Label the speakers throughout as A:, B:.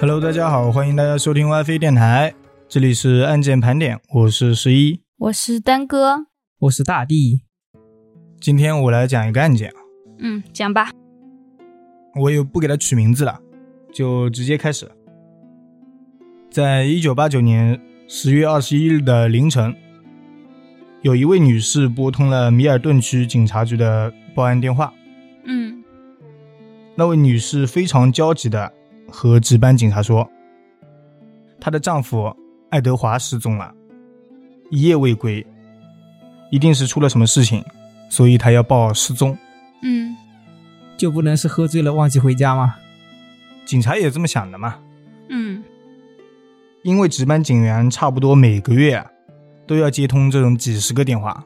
A: Hello，大家好，欢迎大家收听 WiFi 电台，这里是案件盘点，我是十一。
B: 我是丹哥，
C: 我是大地。
A: 今天我来讲一个案件啊，
B: 嗯，讲吧。
A: 我也不给它取名字了，就直接开始。在一九八九年十月二十一日的凌晨，有一位女士拨通了米尔顿区警察局的报案电话。
B: 嗯
A: 那位女士非常焦急的和值班警察说，她的丈夫爱德华失踪了，一夜未归，一定是出了什么事情，所以她要报失踪。
B: 嗯
C: 就不能是喝醉了忘记回家吗？
A: 警察也这么想的嘛，
B: 嗯
A: 因为值班警员差不多每个月都要接通这种几十个电话，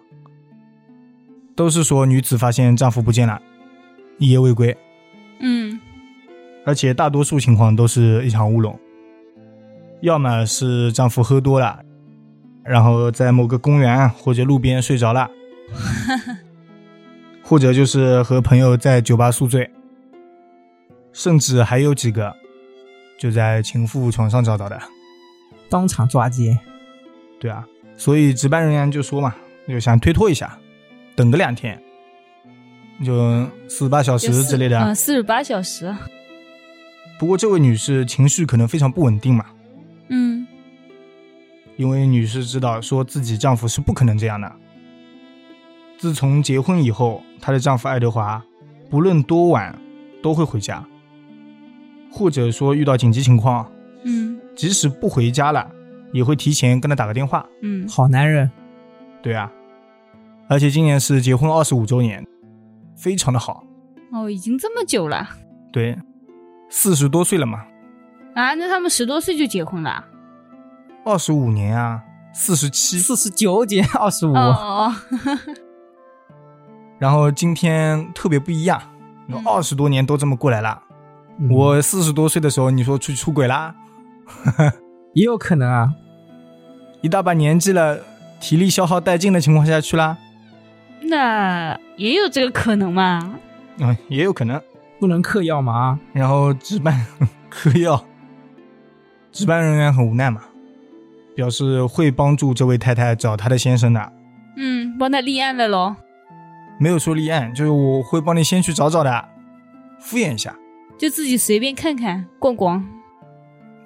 A: 都是说女子发现丈夫不见了，一夜未归，
B: 嗯
A: 而且大多数情况都是一场乌龙，要么是丈夫喝多了，然后在某个公园或者路边睡着了，或者就是和朋友在酒吧宿醉，甚至还有几个就在情妇床上找到的。
C: 当场抓奸，
A: 对啊，所以值班人员就说嘛，就想推脱一下，等个两天，就四十八小时之类的。啊
B: 嗯，四十八小时。
A: 不过这位女士情绪可能非常不稳定嘛，
B: 嗯
A: 因为女士知道说自己丈夫是不可能这样的。自从结婚以后，她的丈夫爱德华，不论多晚都会回家，或者说遇到紧急情况，
B: 嗯
A: 即使不回家了，也会提前跟她打个电话。
B: 嗯
C: 好男人。
A: 对啊，而且今年是结婚二十五周年，非常的好。
B: 哦，已经这么久了啊？
A: 对，四十多岁了嘛，
B: 啊那他们十多岁就结婚了？
A: 二十五年啊，四十七。
C: 四十九减二十五
B: 哦，哦，
A: 然后今天特别不一样，
B: 嗯
A: 二十多年都这么过来了。
C: 嗯
A: 我四十多岁的时候，你说去出轨啦，
C: 也有可能啊。
A: 一大把年纪了，体力消耗殆尽的情况下去啦，
B: 那也有这个可能嘛？
A: 嗯，也有可能。
C: 不能嗑药啊麻，
A: 然后值班 嗑药，值班人员很无奈嘛，表示会帮助这位太太找她的先生的，
B: 嗯，帮他立案了喽。
A: 没有说立案，就是我会帮你先去找找的，敷衍一下，
B: 就自己随便看看逛逛。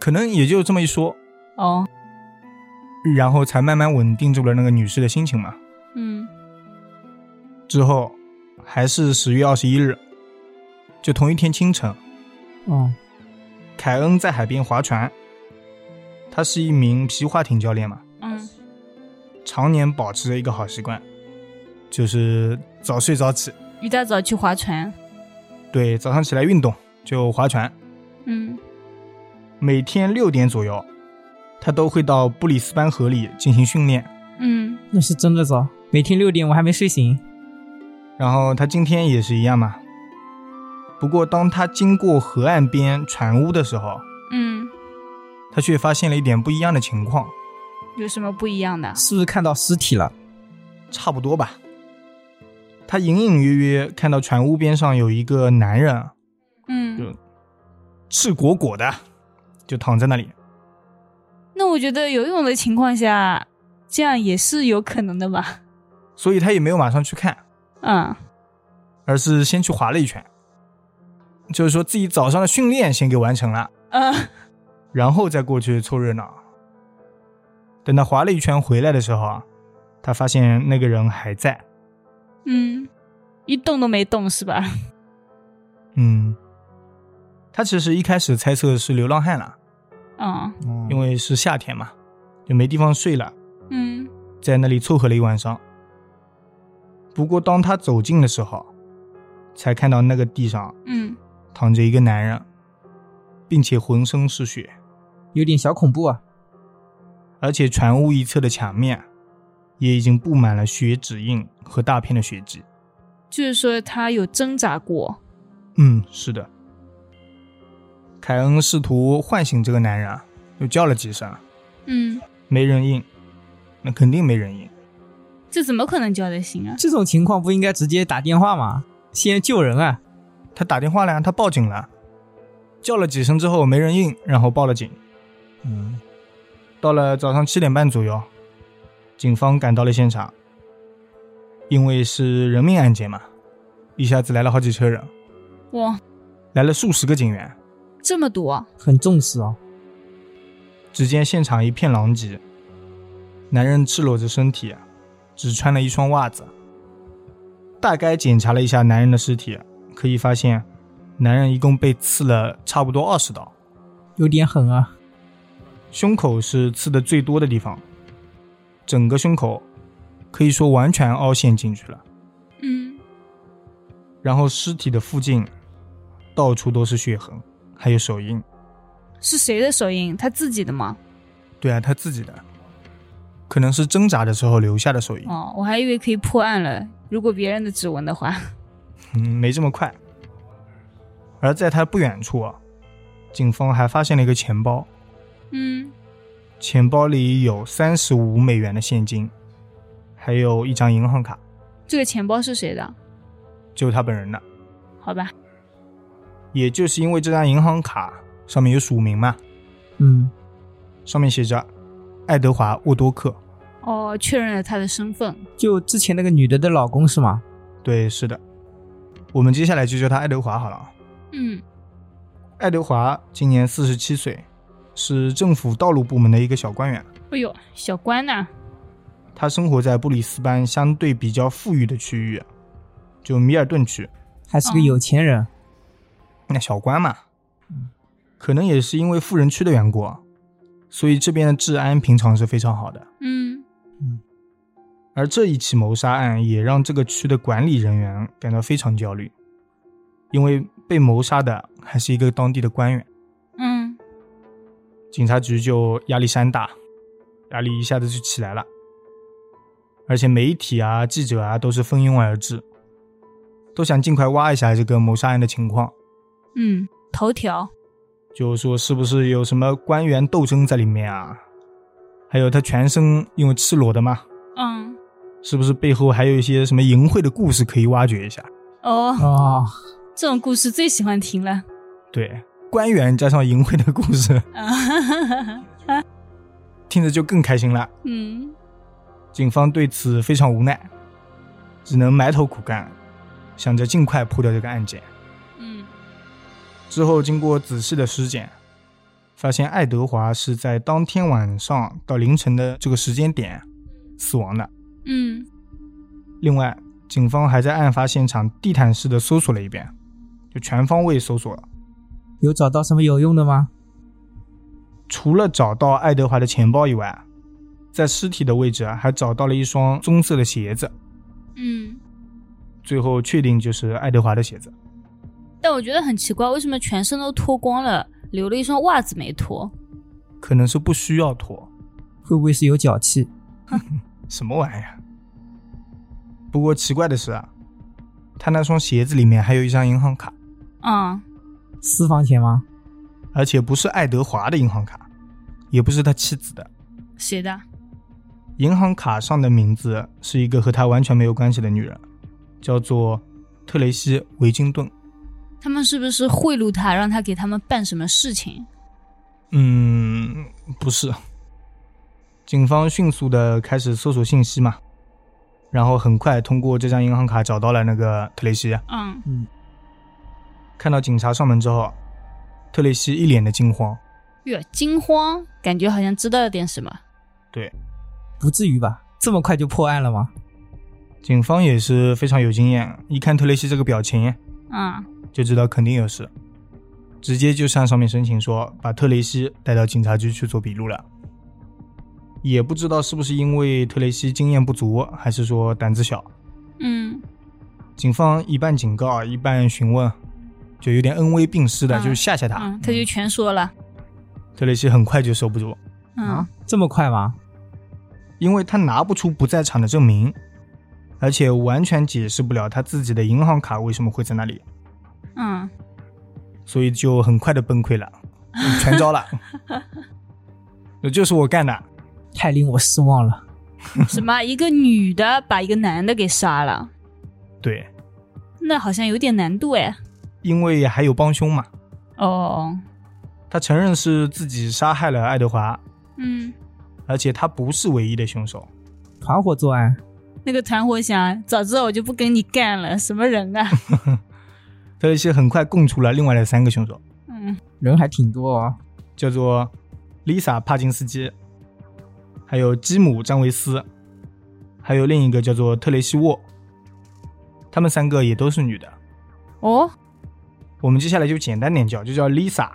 A: 可能也就这么一说，
B: 哦，
A: 然后才慢慢稳定住了那个女士的心情嘛。
B: 嗯
A: 之后还是十月二十一日，就同一天清晨，
C: 哦，
A: 凯恩在海边划船。他是一名皮划艇教练嘛，
B: 嗯
A: 常年保持着一个好习惯，就是早睡早起。
B: 一大早去划船。
A: 对，早上起来运动就划船，
B: 嗯
A: 每天六点左右，他都会到布里斯班河里进行训练。
B: 嗯
C: 那是真的早。每天六点我还没睡醒，
A: 然后他今天也是一样嘛。不过当他经过河岸边船屋的时候，
B: 嗯，
A: 他却发现了一点不一样的情况，
B: 有什么不一样的？
C: 是不是看到尸体了？
A: 差不多吧。他隐隐约约看到船屋边上有一个男人，啊
B: 嗯
A: 就，赤果果的，就躺在那里。
B: 那我觉得游泳的情况下，这样也是有可能的吧？
A: 所以他也没有马上去看，
B: 嗯
A: 而是先去划了一圈，就是说自己早上的训练先给完成了，
B: 嗯
A: 然后再过去凑热闹。等他划了一圈回来的时候啊，他发现那个人还在，
B: 嗯，一动都没动是吧？
A: 嗯，他其实一开始猜测是流浪汉了，
B: 嗯
C: 哦
A: 因为是夏天嘛，就没地方睡了，
B: 嗯
A: 在那里凑合了一晚上。不过当他走近的时候，才看到那个地上
B: 嗯
A: 躺着一个男人，并且浑身是血，
C: 有点小恐怖啊。
A: 而且船坞一侧的墙面也已经布满了血指印和大片的血迹。
B: 就是说他有挣扎过。
A: 嗯，是的。凯恩试图唤醒这个男人啊，又叫了几声，
B: 嗯，
A: 没人应，那肯定没人应。
B: 这怎么可能叫得醒啊？
C: 这种情况不应该直接打电话吗？先救人啊！
A: 他打电话了呀，他报警了，叫了几声之后没人应，然后报了警。
C: 嗯，
A: 到了早上七点半左右，警方赶到了现场。因为是人命案件嘛，一下子来了好几车人，
B: 哇，
A: 来了数十个警员，
B: 这么多啊，
C: 很重视哦。
A: 只见现场一片狼藉，男人赤裸着身体，只穿了一双袜子。大概检查了一下男人的尸体，可以发现，男人一共被刺了差不多二十刀，
C: 有点狠啊。
A: 胸口是刺的最多的地方，整个胸口可以说完全凹陷进去了。
B: 嗯，
A: 然后尸体的附近到处都是血痕，还有手印。
B: 是谁的手印？他自己的吗？
A: 对啊，他自己的，可能是挣扎的时候留下的手印。
B: 哦，我还以为可以破案了，如果别人的指纹的话，
A: 嗯，没这么快。而在他不远处啊，警方还发现了一个钱包，
B: 嗯，
A: 钱包里有三十五美元的现金，还有一张银行卡，
B: 这个钱包是谁的？
A: 就是他本人的。
B: 好吧，
A: 也就是因为这张银行卡上面有署名嘛，
C: 嗯，
A: 上面写着爱德华·沃多克。
B: 哦，确认了他的身份，
C: 就之前那个女的的老公是吗？
A: 对，是的。我们接下来就叫他爱德华好了啊。
B: 嗯，
A: 爱德华今年四十七岁，是政府道路部门的一个小官员。
B: 哎呦，小关呐、
A: 他生活在布里斯班相对比较富裕的区域，啊就米尔顿区。
C: 还是个
B: 嗯
C: 有钱人。
A: 那小关嘛，可能也是因为富人区的缘故，啊所以这边的治安平常是非常好的。
B: 嗯，
A: 而这一起谋杀案也让这个区的管理人员感到非常焦虑，因为被谋杀的还是一个当地的官员。
B: 嗯，
A: 警察局就压力山大，压力一下子就起来了。而且媒体啊、记者啊都是蜂拥而至，都想尽快挖一下这个谋杀案的情况，
B: 嗯，头条，
A: 就说是不是有什么官员斗争在里面啊？还有他全身因为赤裸的嘛，
B: 嗯，
A: 是不是背后还有一些什么淫秽的故事可以挖掘一下？
B: 哦，
C: 哦，
B: 这种故事最喜欢听了，
A: 对，官员加上淫秽的故事，
B: 啊，哈哈哈
A: 听着就更开心了。
B: 嗯，
A: 警方对此非常无奈，只能埋头苦干，想着尽快破掉这个案件。
B: 嗯，
A: 之后经过仔细的尸检，发现爱德华是在当天晚上到凌晨的这个时间点死亡的。
B: 嗯，
A: 另外，警方还在案发现场地毯式的搜索了一遍，就全方位搜索了。
C: 有找到什么有用的吗？
A: 除了找到爱德华的钱包以外，在尸体的位置啊还找到了一双棕色的鞋子，
B: 嗯，
A: 最后确定就是爱德华的鞋子。
B: 但我觉得很奇怪，为什么全身都脱光了，留了一双袜子没脱？
A: 可能是不需要脱，
C: 会不会是有脚气？
A: 什么玩意儿？啊不过奇怪的是啊，他那双鞋子里面还有一张银行卡，
B: 啊、
C: 私房钱吗？
A: 而且不是爱德华的银行卡，也不是他妻子的。
B: 谁的？
A: 银行卡上的名字是一个和他完全没有关系的女人，叫做特雷西·维金顿。
B: 他们是不是贿赂他，让他给他们办什么事情？
A: 嗯，不是。警方迅速的开始搜索信息嘛，然后很快通过这张银行卡找到了那个特雷西。啊
B: 嗯
C: 嗯，
A: 看到警察上门之后，啊特雷西一脸的惊慌。
B: 哟，惊慌，感觉好像知道了点什么。
A: 对，
C: 不至于吧？这么快就破案了吗？
A: 警方也是非常有经验，一看特雷西这个表情
B: 啊、
A: 就知道肯定有事，直接就向上面申请说把特雷西带到警察局去做笔录了。也不知道是不是因为特雷西经验不足，还是说胆子小，
B: 嗯，
A: 警方一半警告一半询问，就有点恩威并施的，
B: 嗯
A: 就是吓吓他。
B: 嗯，他就全说了。
A: 特雷西很快就收不住，
B: 嗯、
C: 啊，这么快吗？
A: 因为他拿不出不在场的证明，而且完全解释不了他自己的银行卡为什么会在那里，
B: 嗯，
A: 所以就很快的崩溃了，全招了，这就是我干的。
C: 太令我失望了。
B: 什么？一个女的把一个男的给杀了，
A: 对，
B: 那好像有点难度哎。
A: 因为还有帮凶嘛，
B: 哦，
A: 他承认是自己杀害了爱德华，
B: 嗯，
A: 而且他不是唯一的凶手。
C: 团伙作案，
B: 那个团伙想，早知道我就不跟你干了，什么人 啊？
A: 特雷西很快供出了另外的三个凶手，
B: 嗯，
C: 人还挺多哦。
A: 叫做 Lisa 帕金斯基，还有基姆詹维斯，还有另一个叫做特雷西沃。他们三个也都是女的。
B: 哦，
A: 我们接下来就简单点叫，就叫 Lisa、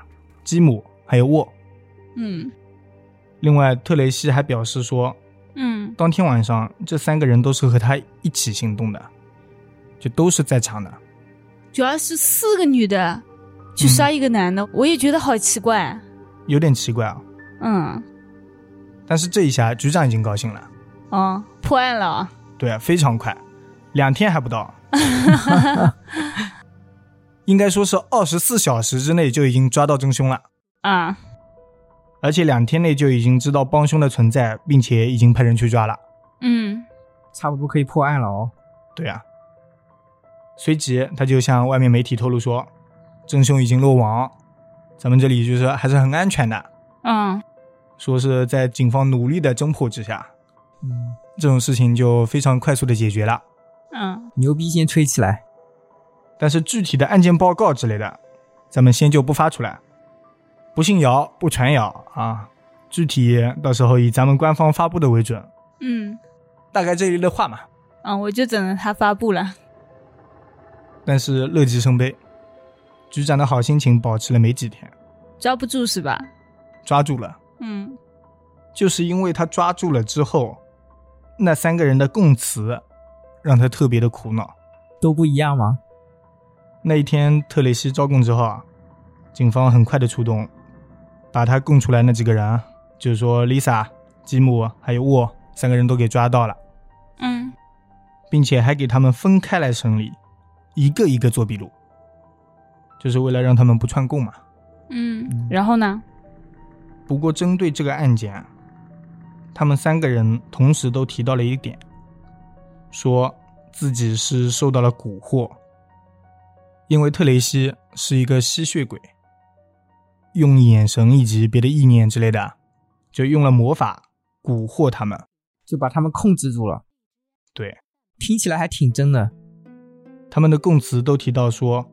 A: 基姆还有沃。
B: 嗯
A: 另外，特雷西还表示说，
B: 嗯，
A: 当天晚上这三个人都是和他一起行动的，就都是在场的。
B: 主要是四个女的去杀一个男的，我也觉得好奇怪。
A: 有点奇怪啊。
B: 嗯，
A: 但是这一下局长已经高兴了，
B: 哦，破案了啊。
A: 对啊，非常快，两天还不到，应该说是二十四小时之内就已经抓到真凶了，
B: 啊，
A: 而且两天内就已经知道帮凶的存在，并且已经派人去抓了。
B: 嗯
C: 差不多可以破案了哦。
A: 对啊，随即他就向外面媒体透露说，真凶已经落网，咱们这里就是还是很安全的。
B: 嗯，
A: 说是在警方努力的侦破之下，
C: 嗯，
A: 这种事情就非常快速的解决了。
B: 嗯，
C: 牛逼先吹起来。
A: 但是具体的案件报告之类的，咱们先就不发出来，不信谣不传谣啊。具体到时候以咱们官方发布的为准，
B: 嗯，
A: 大概这一类的话嘛。
B: 嗯，我就等着他发布了。
A: 但是乐极生悲，局长的好心情保持了没几天，
B: 抓不住是吧？
A: 抓住了，
B: 嗯，
A: 就是因为他抓住了之后，那三个人的供词让他特别的苦恼。
C: 都不一样吗？
A: 那一天特雷西招供之后啊，警方很快的出动，把他供出来那几个人啊，就是说 Lisa、吉姆还有沃三个人都给抓到了，
B: 嗯，
A: 并且还给他们分开来审理，一个一个做笔录，就是为了让他们不串供嘛。
B: 嗯，然后呢？
A: 不过针对这个案件啊，他们三个人同时都提到了一点，说自己是受到了蛊惑，因为特雷西是一个吸血鬼，用眼神以及别的意念之类的，啊就用了魔法蛊惑他们。
C: 就把他们控制住了，
A: 对，
C: 听起来还挺真的。
A: 他们的供词都提到说，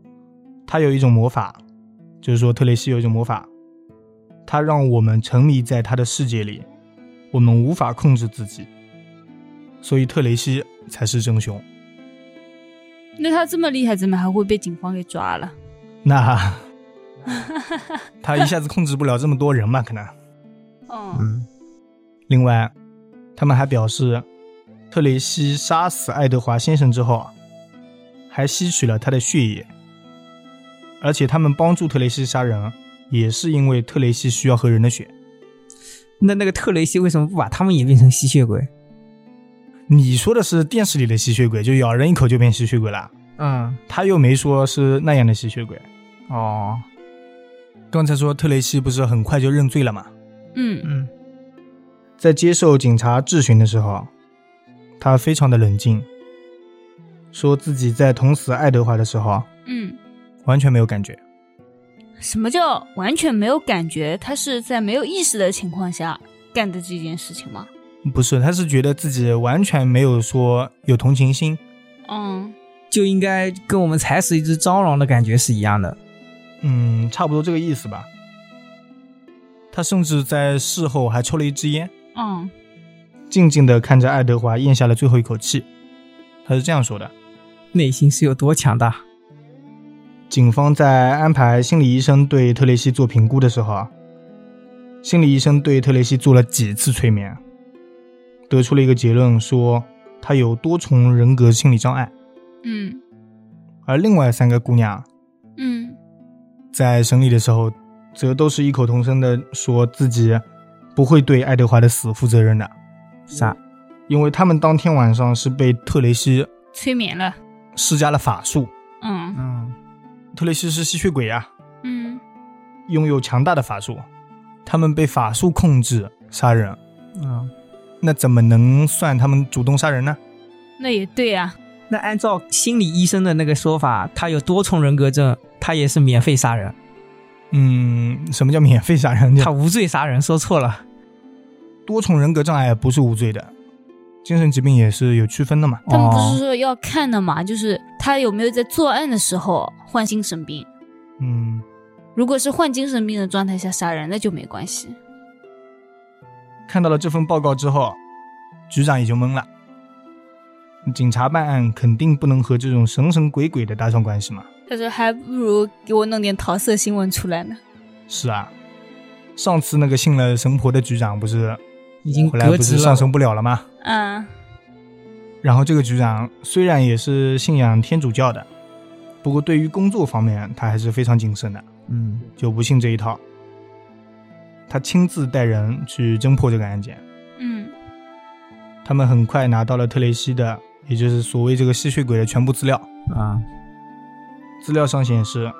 A: 他有一种魔法，就是说特雷西有一种魔法，他让我们沉迷在他的世界里，我们无法控制自己，所以特雷西才是真凶。
B: 那他这么厉害，怎么还会被警方给抓了？
A: 那他一下子控制不了这么多人嘛？可能。
B: 嗯
C: 嗯，
A: 另外，他们还表示，特雷西杀死爱德华先生之后啊，还吸取了他的血液，而且他们帮助特雷西杀人，也是因为特雷西需要喝人的血。
C: 那那个特雷西为什么不把他们也变成吸血鬼？
A: 你说的是电视里的吸血鬼，就咬人一口就变吸血鬼了，
C: 嗯，
A: 他又没说是那样的吸血鬼。
C: 哦，
A: 刚才说特雷西不是很快就认罪了吗？
B: 嗯
C: 嗯，
A: 在接受警察质询的时候，他非常的冷静，说自己在捅死爱德华的时候
B: 嗯，
A: 完全没有感觉。
B: 什么叫完全没有感觉？他是在没有意识的情况下干的这件事情吗？
A: 不是，他是觉得自己完全没有说有同情心。
B: 嗯
C: 就应该跟我们踩死一只蟑螂的感觉是一样的。
A: 嗯，差不多这个意思吧。他甚至在事后还抽了一支烟，
B: 嗯
A: 静静地看着爱德华咽下了最后一口气。他是这样说的：
C: 内心是有多强大？
A: 警方在安排心理医生对特雷西做评估的时候啊，心理医生对特雷西做了几次催眠，啊得出了一个结论，说他有多重人格心理障碍。
B: 嗯
A: 而另外三个姑娘
B: 嗯
A: 在审理的时候，则都是异口同声的说自己不会对爱德华的死负责任的，
C: 啥？
A: 因为他们当天晚上是被特雷西
B: 催眠了。
A: 施加了法术。
B: 嗯
C: 嗯，
A: 特雷西是吸血鬼啊呀、
B: 嗯
A: 拥有强大的法术，他们被法术控制杀人，
C: 嗯，
A: 那怎么能算他们主动杀人呢？
B: 那也对啊。
C: 那按照心理医生的那个说法，他有多重人格症，他也是免费杀人。
A: 嗯，什么叫免费杀人？
C: 他无罪杀人，说错了。
A: 多重人格障碍不是无罪的，精神疾病也是有区分的嘛。
B: 他们不
C: 哦
B: 是说要看的嘛，就是他有没有在作案的时候患精神病。
A: 嗯，
B: 如果是患精神病的状态下杀人，那就没关系。
A: 看到了这份报告之后，局长也就懵了。警察办案肯定不能和这种神神鬼鬼的搭上关系嘛。
B: 他说还不如给我弄点桃色新闻出来呢。
A: 是啊，上次那个信了神婆的局长不是
C: 已经
A: 后来
C: 革
A: 不
C: 职
A: 是
C: 了。
A: 上升不了了吗？
B: 嗯，
A: 然后这个局长虽然也是信仰天主教的，不过对于工作方面他还是非常谨慎的，
C: 嗯，
A: 就不信这一套。他亲自带人去侦破这个案件，
B: 嗯，
A: 他们很快拿到了特雷西的，也就是所谓这个吸血鬼的全部资料。
C: 啊，
A: 资料上显示，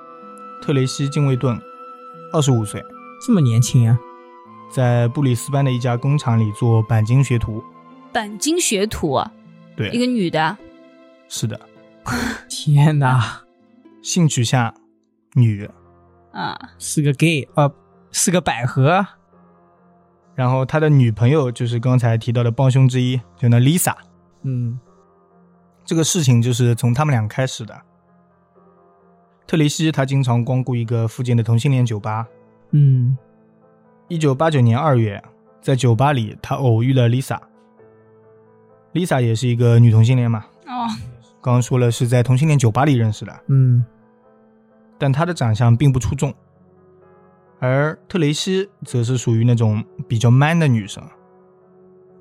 A: 特雷西·敬卫顿，二十五岁，
C: 这么年轻啊，
A: 在布里斯班的一家工厂里做钣金学徒。
B: 钣金学徒啊，一
A: 对，
B: 个女的啊，
A: 是的，
C: 天哪，
A: 性取向女。
B: 啊，
C: 是个 gay 啊，是个百合。啊
A: 然后他的女朋友就是刚才提到的帮凶之一，就那 Lisa。
C: 嗯，
A: 这个事情就是从他们俩开始的。特雷西他经常光顾一个附近的同性恋酒吧。
C: 嗯，
A: 一九八九年二月，在酒吧里他偶遇了 Lisa。Lisa 也是一个女同性恋嘛，
B: 哦，
A: 刚刚说了是在同性恋酒吧里认识的，
C: 嗯，
A: 但她的长相并不出众，而特雷西则是属于那种比较 man 的女生，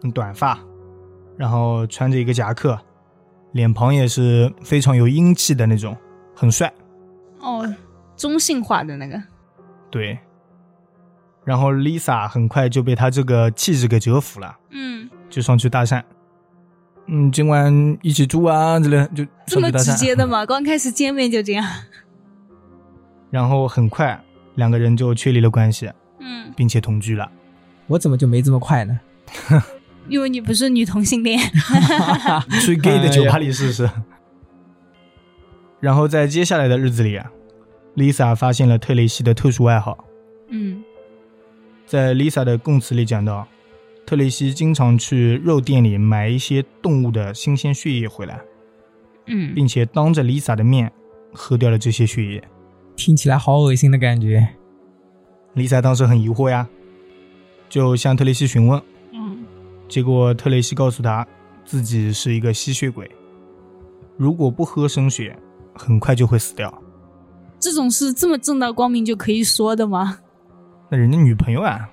A: 嗯短发，然后穿着一个夹克，脸庞也是非常有英气的那种，很帅。
B: 哦，中性化的那个，
A: 对，然后 Lisa 很快就被他这个气质给折服了，
B: 嗯，
A: 就上去搭讪。嗯，今晚一起住啊之类的，就
B: 这
A: 上
B: 么
A: 去搭
B: 直接
A: 讪。
B: 的吗？刚 开始见面就这样，
A: 然后很快两个人就确立了关系，
B: 嗯，
A: 并且同 居了。
C: 我怎么就没这么快 呢？
B: 因为你不是女同性恋，
A: 去 gay 的酒吧里试
B: 哎
A: 试。然后在接下来的日子里啊，Lisa 发现了特雷西的特殊爱好。
B: 嗯，
A: 在 Lisa 的供词里讲到，特雷西经常去肉店里买一些动物的新鲜血液回来，
B: 嗯，
A: 并且当着 Lisa 的面喝掉了这些血液。
C: 听起来好恶心的感觉。
A: Lisa 当时很疑惑呀，就向特雷西询问，
B: 嗯，
A: 结果特雷西告诉他自己是一个吸血鬼，如果不喝生血，很快就会死掉。
B: 这种事这么正大光明就可以说的吗？
A: 那人家女朋友啊。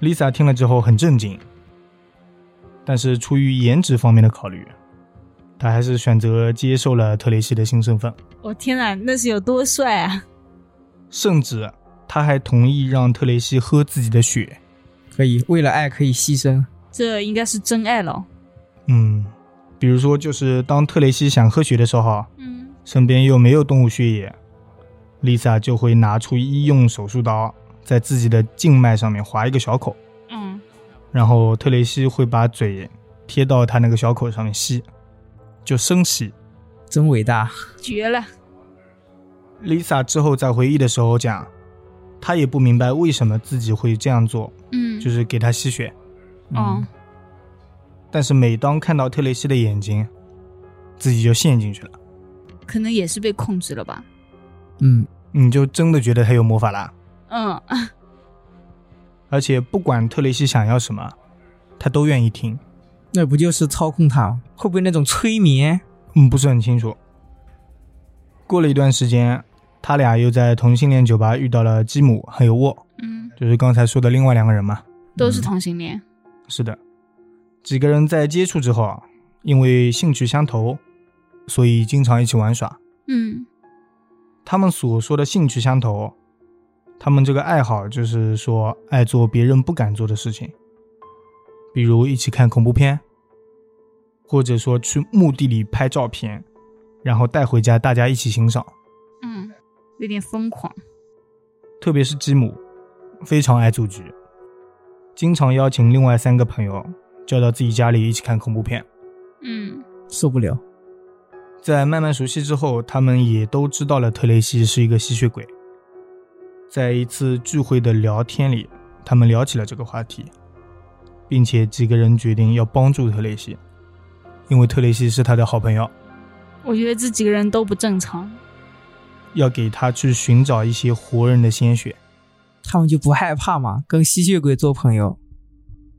A: Lisa 听了之后很震惊，但是出于颜值方面的考虑，她还是选择接受了特雷西的新身份，
B: 我、天哪，那是有多帅啊！
A: 甚至她还同意让特雷西喝自己的血。
C: 可以为了爱可以牺牲。
B: 这应该是真爱了。
A: 嗯，比如说就是当特雷西想喝血的时候，啊
B: 嗯，
A: 身边又没有动物血液，Lisa 就会拿出医用手术刀，在自己的静脉上面划一个小口，
B: 嗯，
A: 然后特雷西会把嘴贴到他那个小口上面吸，就生吸。
C: 真伟大！
B: 绝了。
A: Lisa 之后在回忆的时候讲，她也不明白为什么自己会这样做，
B: 嗯，
A: 就是嗯是给他吸血。
B: 哦，
A: 但是每当看到特雷西的眼睛，自己就陷进去了。
B: 可能也是被控制了吧。
C: 嗯，
A: 你就真的觉得他有魔法啊啦？
B: 嗯，
A: 而且不管特雷西想要什么，他都愿意听。
C: 那不就是操控他吗？会不会那种催眠？
A: 嗯，不是很清楚。过了一段时间，他俩又在同性恋酒吧遇到了基姆还有沃，
B: 嗯，
A: 就是刚才说的另外两个人嘛。
B: 都是同性恋。
A: 是的，几个人在接触之后，因为兴趣相投，所以经常一起玩耍。
B: 嗯
A: 他们所说的兴趣相投，他们这个爱好就是说爱做别人不敢做的事情，比如一起看恐怖片，或者说去墓地里拍照片，然后带回家大家一起欣赏。
B: 嗯，有点疯狂。
A: 特别是吉姆，非常爱组局，经常邀请另外三个朋友叫到自己家里一起看恐怖片。
B: 嗯
C: 受不了。
A: 在慢慢熟悉之后，他们也都知道了特雷西是一个吸血鬼，在一次聚会的聊天里，他们聊起了这个话题，并且几个人决定要帮助特雷西，因为特雷西是他的好朋友，
B: 我觉得这几个人都不正常。
A: 要给他去寻找一些活人的鲜血。
C: 他们就不害怕嘛，跟吸血鬼做朋友。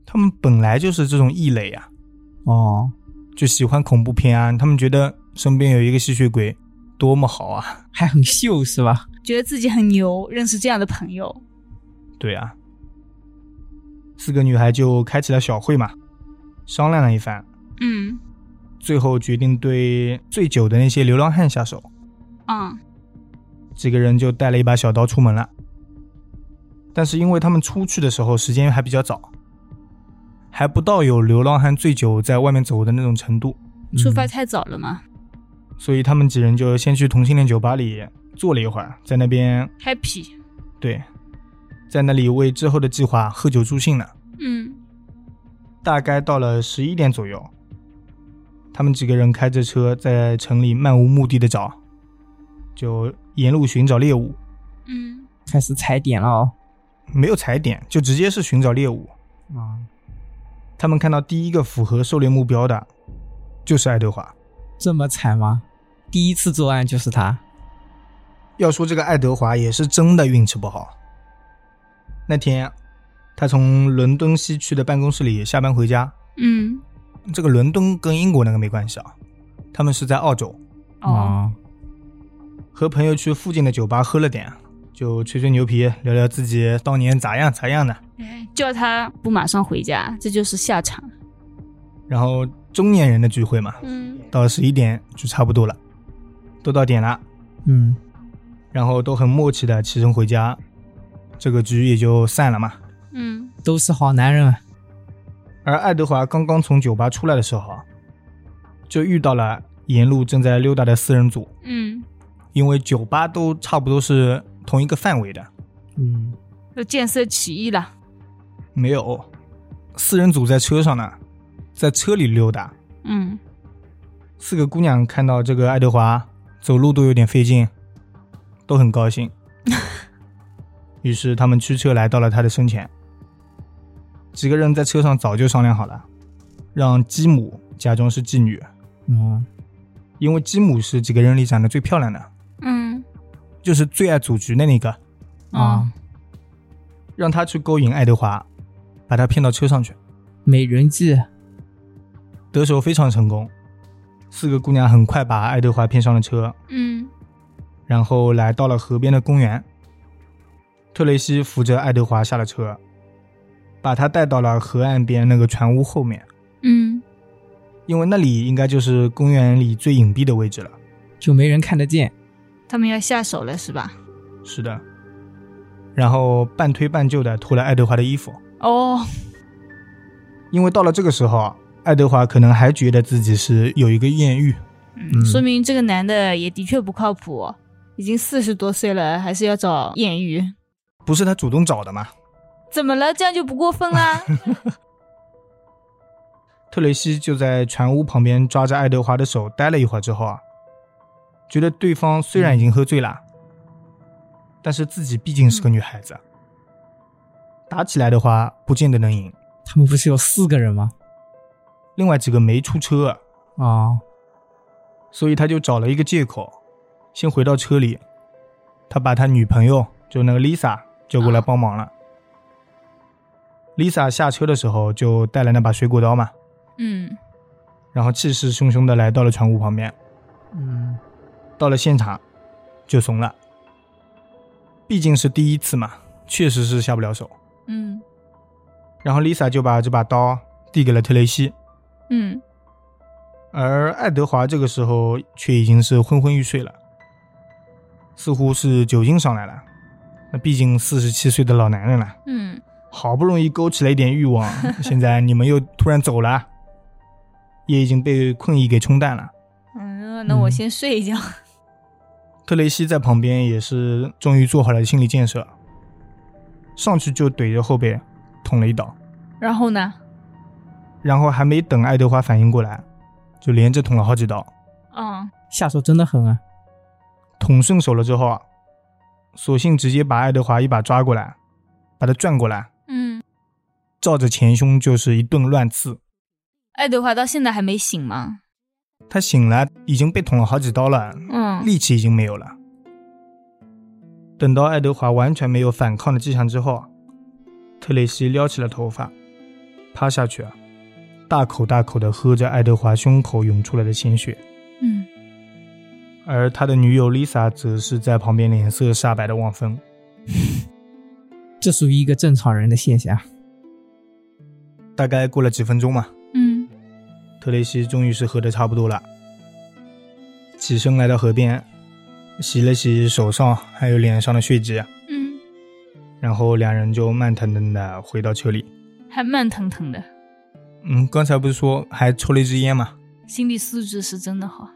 A: 他们本来就是这种异类啊，
C: 哦，
A: 就喜欢恐怖片啊，他们觉得身边有一个吸血鬼多么好啊。
C: 还很秀是吧？
B: 觉得自己很牛，认识这样的朋友。
A: 对啊，四个女孩就开起了小会嘛，商量了一番，
B: 嗯
A: 最后决定对醉酒的那些流浪汉下手。
B: 啊，
A: 几个人就带了一把小刀出门了。但是因为他们出去的时候时间还比较早，还不到有流浪汉醉酒在外面走的那种程度，
B: 出
C: 嗯
B: 发太早了嘛，
A: 所以他们几人就先去同性恋酒吧里坐了一会儿，在那边
B: happy。
A: 对，在那里为之后的计划喝酒助兴呢。
B: 嗯
A: 大概到了十一点左右，他们几个人开着车在城里漫无目的的找，就沿路寻找猎物，
B: 嗯，
C: 开始踩点了哦。
A: 没有踩点，就直接是寻找猎物。
C: 啊，
A: 他们看到第一个符合狩猎目标的，就是爱德华。
C: 这么惨吗？第一次作案就是他。
A: 要说这个爱德华也是真的运气不好。那天，他从伦敦西区的办公室里下班回家。
B: 嗯
A: 这个伦敦跟英国那个没关系啊，他们是在澳洲，
B: 哦，
C: 啊，
A: 和朋友去附近的酒吧喝了点，就吹吹牛皮，聊聊自己当年咋样咋样的。
B: 哎叫他不马上回家，这就是下场。
A: 然后中年人的聚会嘛，
B: 嗯
A: 到了十一点就差不多了，都到点了。
C: 嗯，
A: 然后都很默契的起身回家，这个局也就散了嘛。
B: 嗯
C: 都是好男人啊。
A: 而爱德华刚刚从酒吧出来的时候啊，就遇到了沿路正在溜达的四人组，
B: 嗯，
A: 因为酒吧都差不多是同一个范围的。
C: 嗯，
B: 就见色起意了。
A: 没有，四人组在车上呢，在车里溜达。
B: 嗯
A: 四个姑娘看到这个爱德华走路都有点费劲，都很高兴。于是他们驱车来到了他的身前。几个人在车上早就商量好了，让基姆假装是妓女，
C: 哦，
A: 因为基姆是几个人里长得最漂亮的，
B: 嗯
A: 就是最爱组局的那个，
C: 啊，
A: 让他去勾引爱德华，把他骗到车上去，
C: 美人计，
A: 得手非常成功。四个姑娘很快把爱德华骗上了车，
B: 嗯
A: 然后来到了河边的公园。特雷西扶着爱德华下了车，把他带到了河岸边那个船屋后面，
B: 嗯
A: 因为那里应该就是公园里最隐蔽的位置了。
C: 就没人看得见。
B: 他们要下手了是吧？
A: 是的，然后半推半就的脱了爱德华的衣服，
B: 哦，
A: 因为到了这个时候啊，爱德华可能还觉得自己是有一个艳遇，
C: 嗯
B: 说明这个男的也的确不靠谱，哦已经四十多岁了，还是要找艳遇。
A: 不是他主动找的嘛。
B: 怎么了？这样就不过分 啦？
A: 特雷西就在船屋旁边抓着爱德华的手待了一会儿之后啊，觉得对方虽然已经喝醉了，但是自己毕竟是个女孩子，打起来的话不见得能赢。
C: 他们不是有四个人吗？
A: 另外几个没出车，啊
C: 哦，
A: 所以他就找了一个借口，先回到车里，他把他女朋友就那个 Lisa 叫过来帮忙了。Lisa 下车的时候就带了那把水果刀嘛，
B: 嗯
A: 然后气势汹汹的来到了船坞旁边。
C: 嗯，
A: 到了现场就怂了，毕竟是第一次嘛，确实是下不了手。
B: 嗯
A: 然后 Lisa 就把这把刀递给了特雷西，
B: 嗯
A: 而爱德华这个时候却已经是昏昏欲睡了，似乎是酒精上来了。那毕竟四十七岁的老男人了，
B: 嗯
A: 好不容易勾起了一点欲望， 现在你们又突然走了，也已经被困意给冲淡了。
B: 嗯，那我先睡一觉。
A: 特雷西在旁边也是终于做好了心理建设，上去就怼着后背捅了一刀，
B: 然后呢？
A: 然后还没等爱德华反应过来，就连着捅了好几刀。
B: 嗯
C: 下手真的狠啊。
A: 捅顺手了之后啊，索性直接把爱德华一把抓过来，把他转过来，
B: 嗯，
A: 照着前胸就是一顿乱刺。
B: 爱德华到现在还没醒吗？
A: 他醒来已经被捅了好几刀了，
B: 嗯
A: 力气已经没有了。等到爱德华完全没有反抗的迹象之后，特蕾西撩起了头发，趴下去，啊大口大口的喝着爱德华胸口涌出来的鲜血，
B: 嗯，
A: 而他的女友 Lisa 则是在旁边脸色煞白的望风。
C: 这属于一个正常人的现象。
A: 大概过了几分钟嘛，
B: 嗯
A: 特蕾西终于是喝的差不多了，起身来到河边，洗了洗手上还有脸上的血迹，啊
B: 嗯，
A: 然后两人就慢腾腾的回到车里。
B: 还慢腾腾的，
A: 嗯，刚才不是说还抽了一支烟吗？
B: 心理素质是真的好。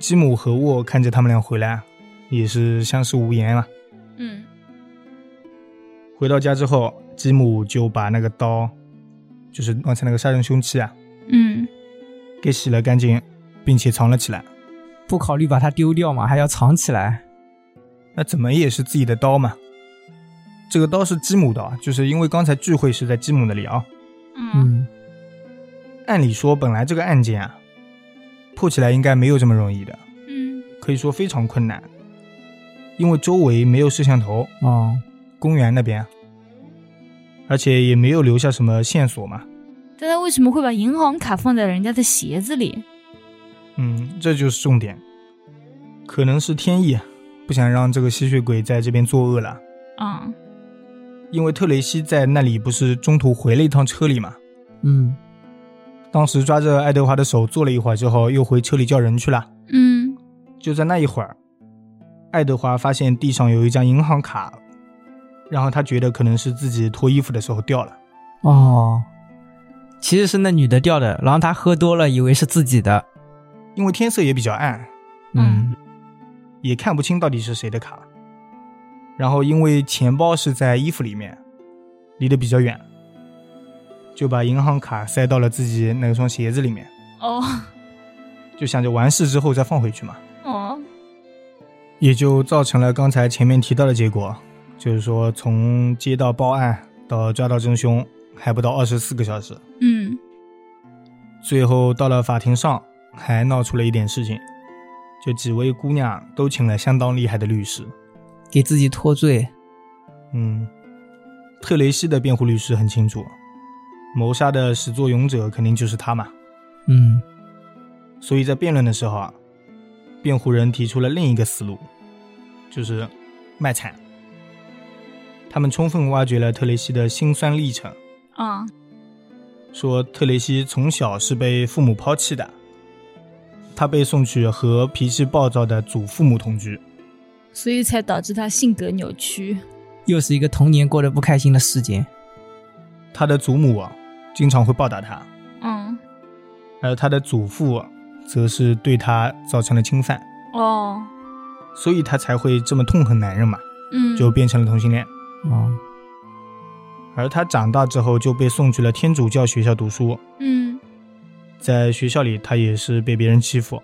A: 吉姆和沃看着他们俩回来，啊也是相视无言了。啊
B: 嗯
A: 回到家之后，吉姆就把那个刀，就是刚才那个杀人凶器啊，
B: 嗯，
A: 给洗了干净，并且藏了起来。
C: 不考虑把它丢掉嘛，还要藏起来。
A: 那怎么也是自己的刀嘛。这个刀是吉姆的啊，就是因为刚才聚会是在吉姆那里啊。
B: 嗯
C: 嗯，
A: 按理说，本来这个案件啊，破起来应该没有这么容易的，
B: 嗯
A: 可以说非常困难，因为周围没有摄像头，
C: 哦，
A: 公园那边啊，而且也没有留下什么线索嘛。
B: 但他为什么会把银行卡放在人家的鞋子里？
A: 嗯，这就是重点，可能是天意，啊不想让这个吸血鬼在这边作恶了。
B: 啊、
A: 因为特雷西在那里不是中途回了一趟车里嘛，
C: 嗯，
A: 当时抓着爱德华的手坐了一会儿之后，又回车里叫人去了。
B: 嗯
A: 就在那一会儿，爱德华发现地上有一张银行卡，然后他觉得可能是自己脱衣服的时候掉了。
C: 哦，其实是那女的掉的，然后她喝多了，以为是自己的。
A: 因为天色也比较暗，
C: 嗯，
A: 也看不清到底是谁的卡。然后因为钱包是在衣服里面，离得比较远，就把银行卡塞到了自己那双鞋子里面，
B: 哦
A: 就想着完事之后再放回去嘛。
B: 哦
A: 也就造成了刚才前面提到的结果，就是说从接到报案到抓到真凶还不到二十四个小时，
B: 嗯
A: 最后到了法庭上还闹出了一点事情，就几位姑娘都请了相当厉害的律师。
C: 给自己脱罪。
A: 嗯，特雷西的辩护律师很清楚，谋杀的始作俑者肯定就是他嘛，
C: 嗯，
A: 所以在辩论的时候啊，辩护人提出了另一个思路，就是卖惨。他们充分挖掘了特雷西的辛酸历程，
B: 啊
A: 说特雷西从小是被父母抛弃的，他被送去和脾气暴躁的祖父母同居。
B: 所以才导致他性格扭曲。
C: 又是一个童年过得不开心的事件。
A: 他的祖母啊，经常会暴打他，
B: 嗯
A: 而他的祖父啊则是对他造成了侵犯，
B: 哦
A: 所以他才会这么痛恨男人嘛，
B: 嗯
A: 就变成了同性恋。
C: 哦，
A: 而他长大之后就被送去了天主教学校读书，
B: 嗯
A: 在学校里他也是被别人欺负，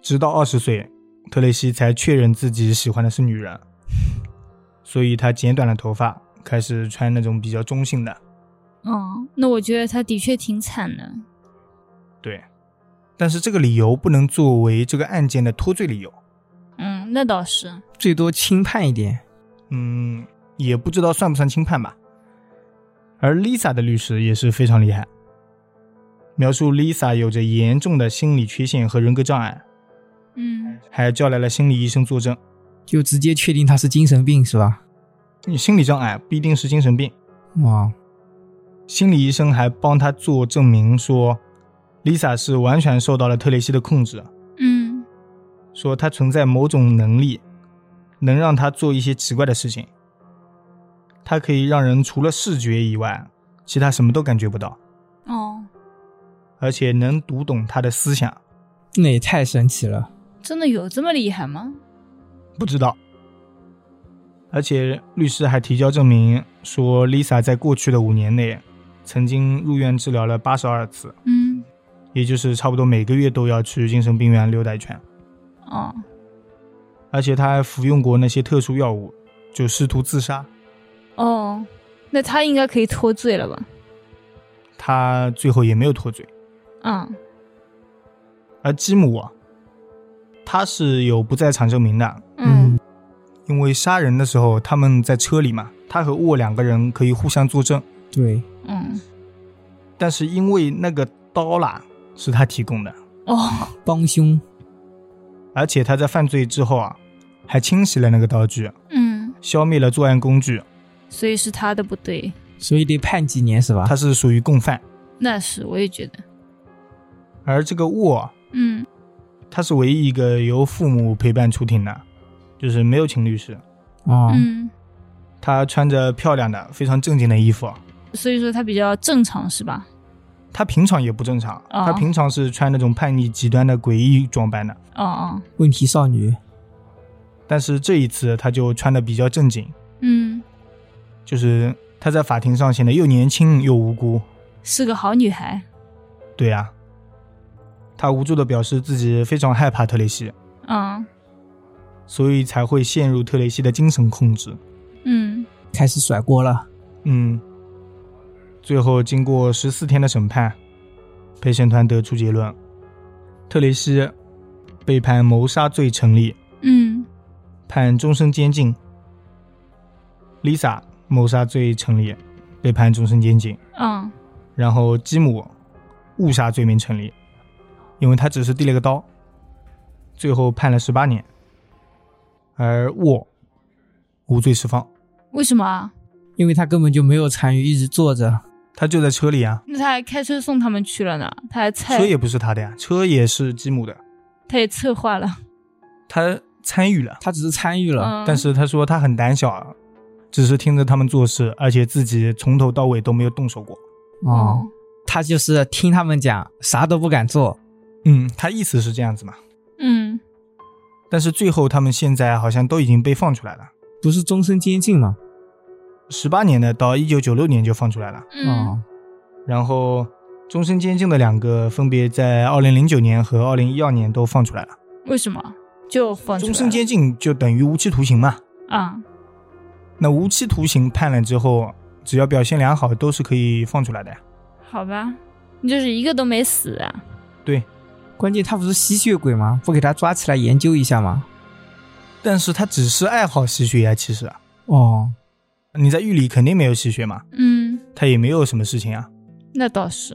A: 直到二十岁，特蕾西才确认自己喜欢的是女人，所以他剪短了头发，开始穿那种比较中性的。
B: 哦，那我觉得他的确挺惨的。
A: 对，但是这个理由不能作为这个案件的脱罪理由。
B: 嗯，那倒是。
C: 最多轻判一点。
A: 嗯，也不知道算不算轻判吧。而 Lisa 的律师也是非常厉害，描述 Lisa 有着严重的心理缺陷和人格障碍，
B: 嗯
A: 还叫来了心理医生作证。
C: 就直接确定他是精神病是吧？
A: 你心理障碍不一定是精神病，
C: 哇，
A: 心理医生还帮他做证明说，Lisa 是完全受到了特雷西的控制，
B: 嗯
A: 说她存在某种能力，能让她做一些奇怪的事情。她可以让人除了视觉以外，其他什么都感觉不到。
B: 哦，
A: 而且能读懂他的思想。
C: 那也太神奇了。
B: 真的有这么厉害吗？
A: 不知道。而且律师还提交证明说，Lisa 在过去的五年内曾经入院治疗了八十二次，
B: 嗯
A: 也就是差不多每个月都要去精神病院溜达一圈。
B: 哦
A: 而且他还服用过那些特殊药物，就试图自杀。
B: 哦，那他应该可以脱罪了吧？
A: 他最后也没有脱罪。
B: 嗯，
A: 而基姆啊，他是有不在场证明的，
B: 嗯，
A: 因为杀人的时候他们在车里嘛，他和沃两个人可以互相作证，
C: 对，
B: 嗯，
A: 但是因为那个刀啦是他提供的，
B: 哦，
C: 帮凶，
A: 而且他在犯罪之后啊，还清洗了那个刀具，
B: 嗯，
A: 消灭了作案工具，
B: 所以是他的不对。
C: 所以得判几年是吧？
A: 他是属于共犯。
B: 那是，我也觉得，
A: 而这个沃啊，
B: 嗯
A: 他是唯一一个由父母陪伴出庭的，就是没有请律师。啊
C: 哦，
B: 嗯，
A: 他穿着漂亮的、非常正经的衣服啊，
B: 所以说他比较正常是吧？
A: 他平常也不正常，
B: 哦
A: 他平常是穿那种叛逆极端的诡异装扮的，
B: 哦哦，
C: 问题少女，
A: 但是这一次他就穿的比较正经，
B: 嗯，
A: 就是他在法庭上显得又年轻又无辜。
B: 是个好女孩。
A: 对啊，他无助的表示自己非常害怕特雷西，
B: 嗯
A: 所以才会陷入特雷西的精神控制。
B: 嗯
C: 开始甩锅了。
A: 嗯，最后经过十四天的审判，陪审团得出结论：特雷西被判谋杀罪成立，
B: 嗯
A: 判终身监禁；Lisa 谋杀罪成立，被判终身监禁。
B: 嗯
A: 然后基姆误杀罪名成立，因为他只是递了个刀，最后判了十八年。而沃无罪释放，
B: 为什么啊？
C: 因为他根本就没有参与，一直坐着。
A: 他就在车里啊，
B: 那他还开车送他们去了呢，他还策
A: 车也不是他的呀，车也是基姆的，
B: 他也策划了，
A: 他参与了，
C: 他只是参与了，
B: 嗯，
A: 但是他说他很胆小，啊只是听着他们做事，而且自己从头到尾都没有动手过。啊
B: 嗯
C: 哦，他就是听他们讲，啥都不敢做。
A: 嗯，他意思是这样子嘛，
B: 嗯
A: 但是最后他们现在好像都已经被放出来了，
C: 不是终身监禁吗？
A: 十八年的到一九九六年就放出来了。
B: 嗯
C: 哦，
A: 然后终身监禁的两个分别在二零零九年和二零一二年都放出来了。
B: 为什么就放出来
A: 终
B: 了
A: 身监禁就等于无期徒刑嘛？
B: 啊？
A: 那无期徒刑判了之后，只要表现良好，都是可以放出来的呀。
B: 好吧，你就是一个都没死啊。
A: 对，
C: 关键他不是吸血鬼吗？不给他抓起来研究一下吗？
A: 但是他只是爱好吸血呀，其实啊
C: 哦，
A: 你在狱里肯定没有吸血嘛，
B: 嗯，
A: 他也没有什么事情啊。
B: 那倒是。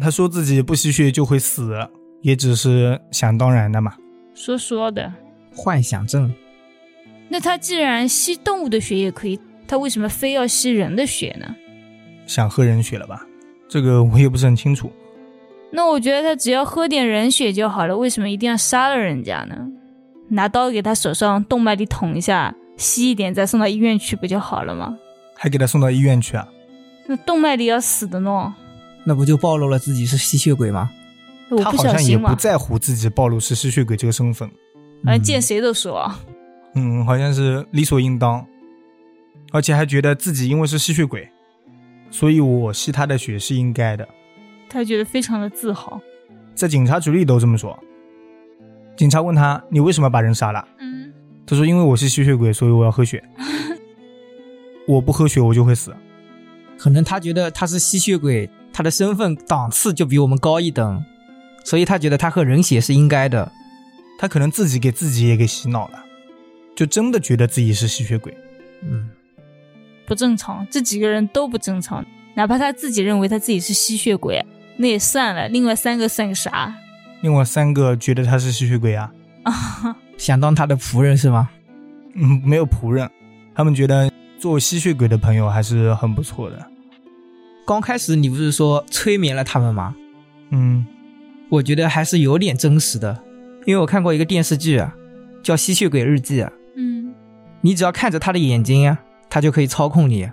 A: 他说自己不吸血就会死，也只是想当然的嘛。
B: 说说的。
C: 幻想症，
B: 那他既然吸动物的血也可以，他为什么非要吸人的血呢？
A: 想喝人血了吧？这个我也不是很清楚。
B: 那我觉得他只要喝点人血就好了，为什么一定要杀了人家呢？拿刀给他手上动脉里捅一下，吸一点再送到医院去不就好了吗？
A: 还给他送到医院去啊？
B: 那动脉里要死的呢，
C: 那不就暴露了自己是吸血鬼吗？
B: 我
A: 他
B: 不
A: 好
B: 小
A: 像也
B: 心啊
A: 不
B: 嘛，
A: 在乎自己暴露是吸血鬼这个身份，
B: 反正哎见谁都说。啊
A: 嗯，好像是理所应当，而且还觉得自己因为是吸血鬼，所以我吸他的血是应该的，
B: 他觉得非常的自豪。
A: 在警察局里都这么说。警察问他：“你为什么把人杀了
B: 嗯？”
A: 他说：“因为我是吸血鬼，所以我要喝血。 我不喝血，我就会死。
C: 可能他觉得他是吸血鬼，他的身份档次就比我们高一等，所以他觉得他喝人血是应该的。”
A: 他可能自己给自己也给洗脑了，就真的觉得自己是吸血鬼。
C: 嗯，
B: 不正常，这几个人都不正常。哪怕他自己认为他自己是吸血鬼，那也算了。另外三个算个啥？
A: 另外三个觉得他是吸血鬼啊，
B: 嗯
C: 想当他的仆人是吗？
A: 嗯，没有仆人，他们觉得做吸血鬼的朋友还是很不错的。
C: 刚开始你不是说催眠了他们吗？
A: 嗯，
C: 我觉得还是有点真实的，因为我看过一个电视剧啊，叫《吸血鬼日记》啊，
B: 嗯，
C: 你只要看着他的眼睛啊，他就可以操控你。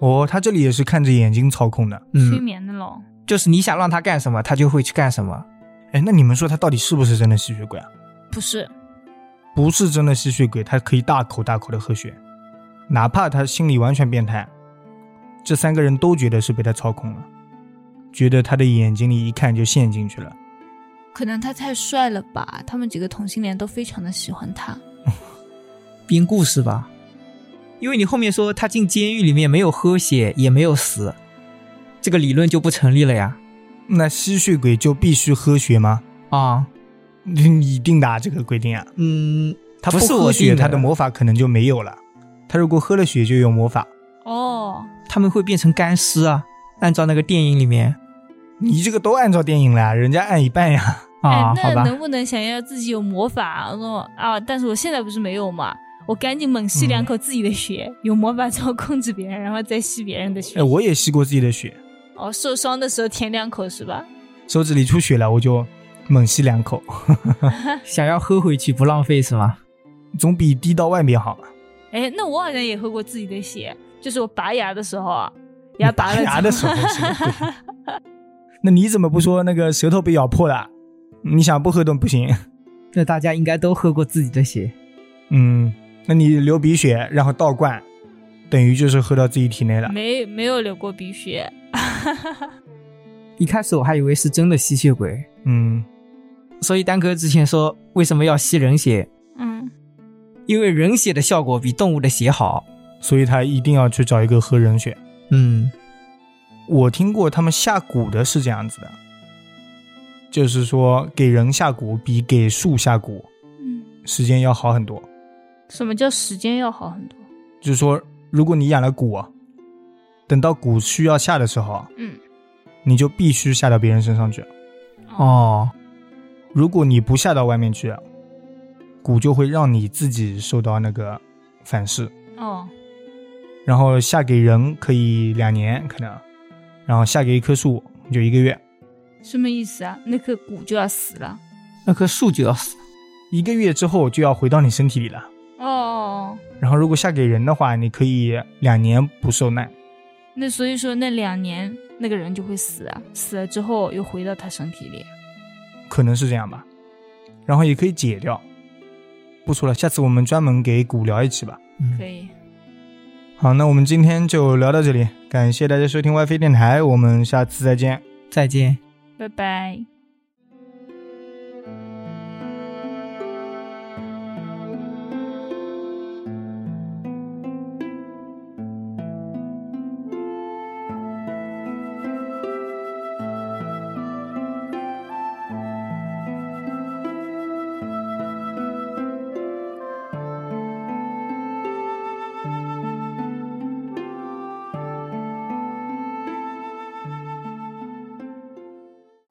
A: 哦，他这里也是看着眼睛操控的。
B: 催
C: 嗯，
B: 眠的咯。
C: 就是你想让他干什么，他就会去干什么。
A: 哎，那你们说他到底是不是真的吸血鬼啊？
B: 不是，
A: 不是真的吸血鬼，他可以大口大口的喝血，哪怕他心里完全变态，这三个人都觉得是被他操控了，觉得他的眼睛里一看就陷进去了。
B: 可能他太帅了吧？他们几个同性恋都非常的喜欢他。
C: 编故事吧？因为你后面说他进监狱里面没有喝血，也没有死，这个理论就不成立了呀。
A: 那吸血鬼就必须喝血吗？
C: 啊，
A: 你你定的、啊、这个规定啊？
C: 嗯，他
A: 不
C: 是
A: 喝
C: 我
A: 血，
C: 定
A: 他的魔法可能就没有了。他如果喝了血就有魔法，
B: 哦，
C: 他们会变成干尸啊。按照那个电影里面
A: 你这个都按照电影来，人家按一半呀。
C: 啊，
B: 哎
C: 好，
B: 那
C: 吧，
B: 能不能想要自己有魔法？我说啊，但是我现在不是没有嘛，我赶紧猛吸两口自己的血，有魔法之后控制别人，然后再吸别人的血。
A: 哎，我也吸过自己的血，
B: 哦，受伤的时候舔两口是吧？
A: 手指里出血了，我就猛吸两口，
C: 想要喝回去不浪费是吗？
A: 总比滴到外面好嘛。
B: 哎，那我好像也喝过自己的血，就是我拔牙的时候啊，牙拔了
A: 你
B: 之后
A: 牙的时候是吧 那你怎么不说那个舌头被咬破了？你想不喝都不行。
C: 那大家应该都喝过自己的血，
A: 嗯，那你流鼻血然后倒灌，等于就是喝到自己体内了。
B: 没没有流过鼻血。
C: 一开始我还以为是真的吸血鬼，
A: 嗯，
C: 所以丹哥之前说为什么要吸人血，
B: 嗯，
C: 因为人血的效果比动物的血好。
A: 所以他一定要去找一个喝人血。
C: 嗯，
A: 我听过他们下蛊的是这样子的，就是说给人下蛊比给树下蛊
B: 嗯，
A: 时间要好很多。
B: 什么叫时间要好很多？
A: 就是说，如果你养了蛊，等到蛊需要下的时候，啊
B: 嗯，
A: 你就必须下到别人身上去。
C: 哦，
A: 如果你不下到外面去，蛊就会让你自己受到那个反噬。
B: 哦，
A: 然后下给人可以两年可能，然后下给一棵树就一个月，
B: 什么意思啊？那棵骨就要死了？
C: 那棵树就要死。
A: 一个月之后就要回到你身体里了。
B: 哦哦，哦
A: 然后如果下给人的话，你可以两年不受难。
B: 那所以说那两年那个人就会死啊，死了之后又回到他身体里。
A: 可能是这样吧。然后也可以解掉。不说了，下次我们专门给蛊聊一期吧。
B: 可以，
A: 好，那我们今天就聊到这里，感谢大家收听 WiFi 电台，我们下次再见。
C: 再见。
B: 拜拜。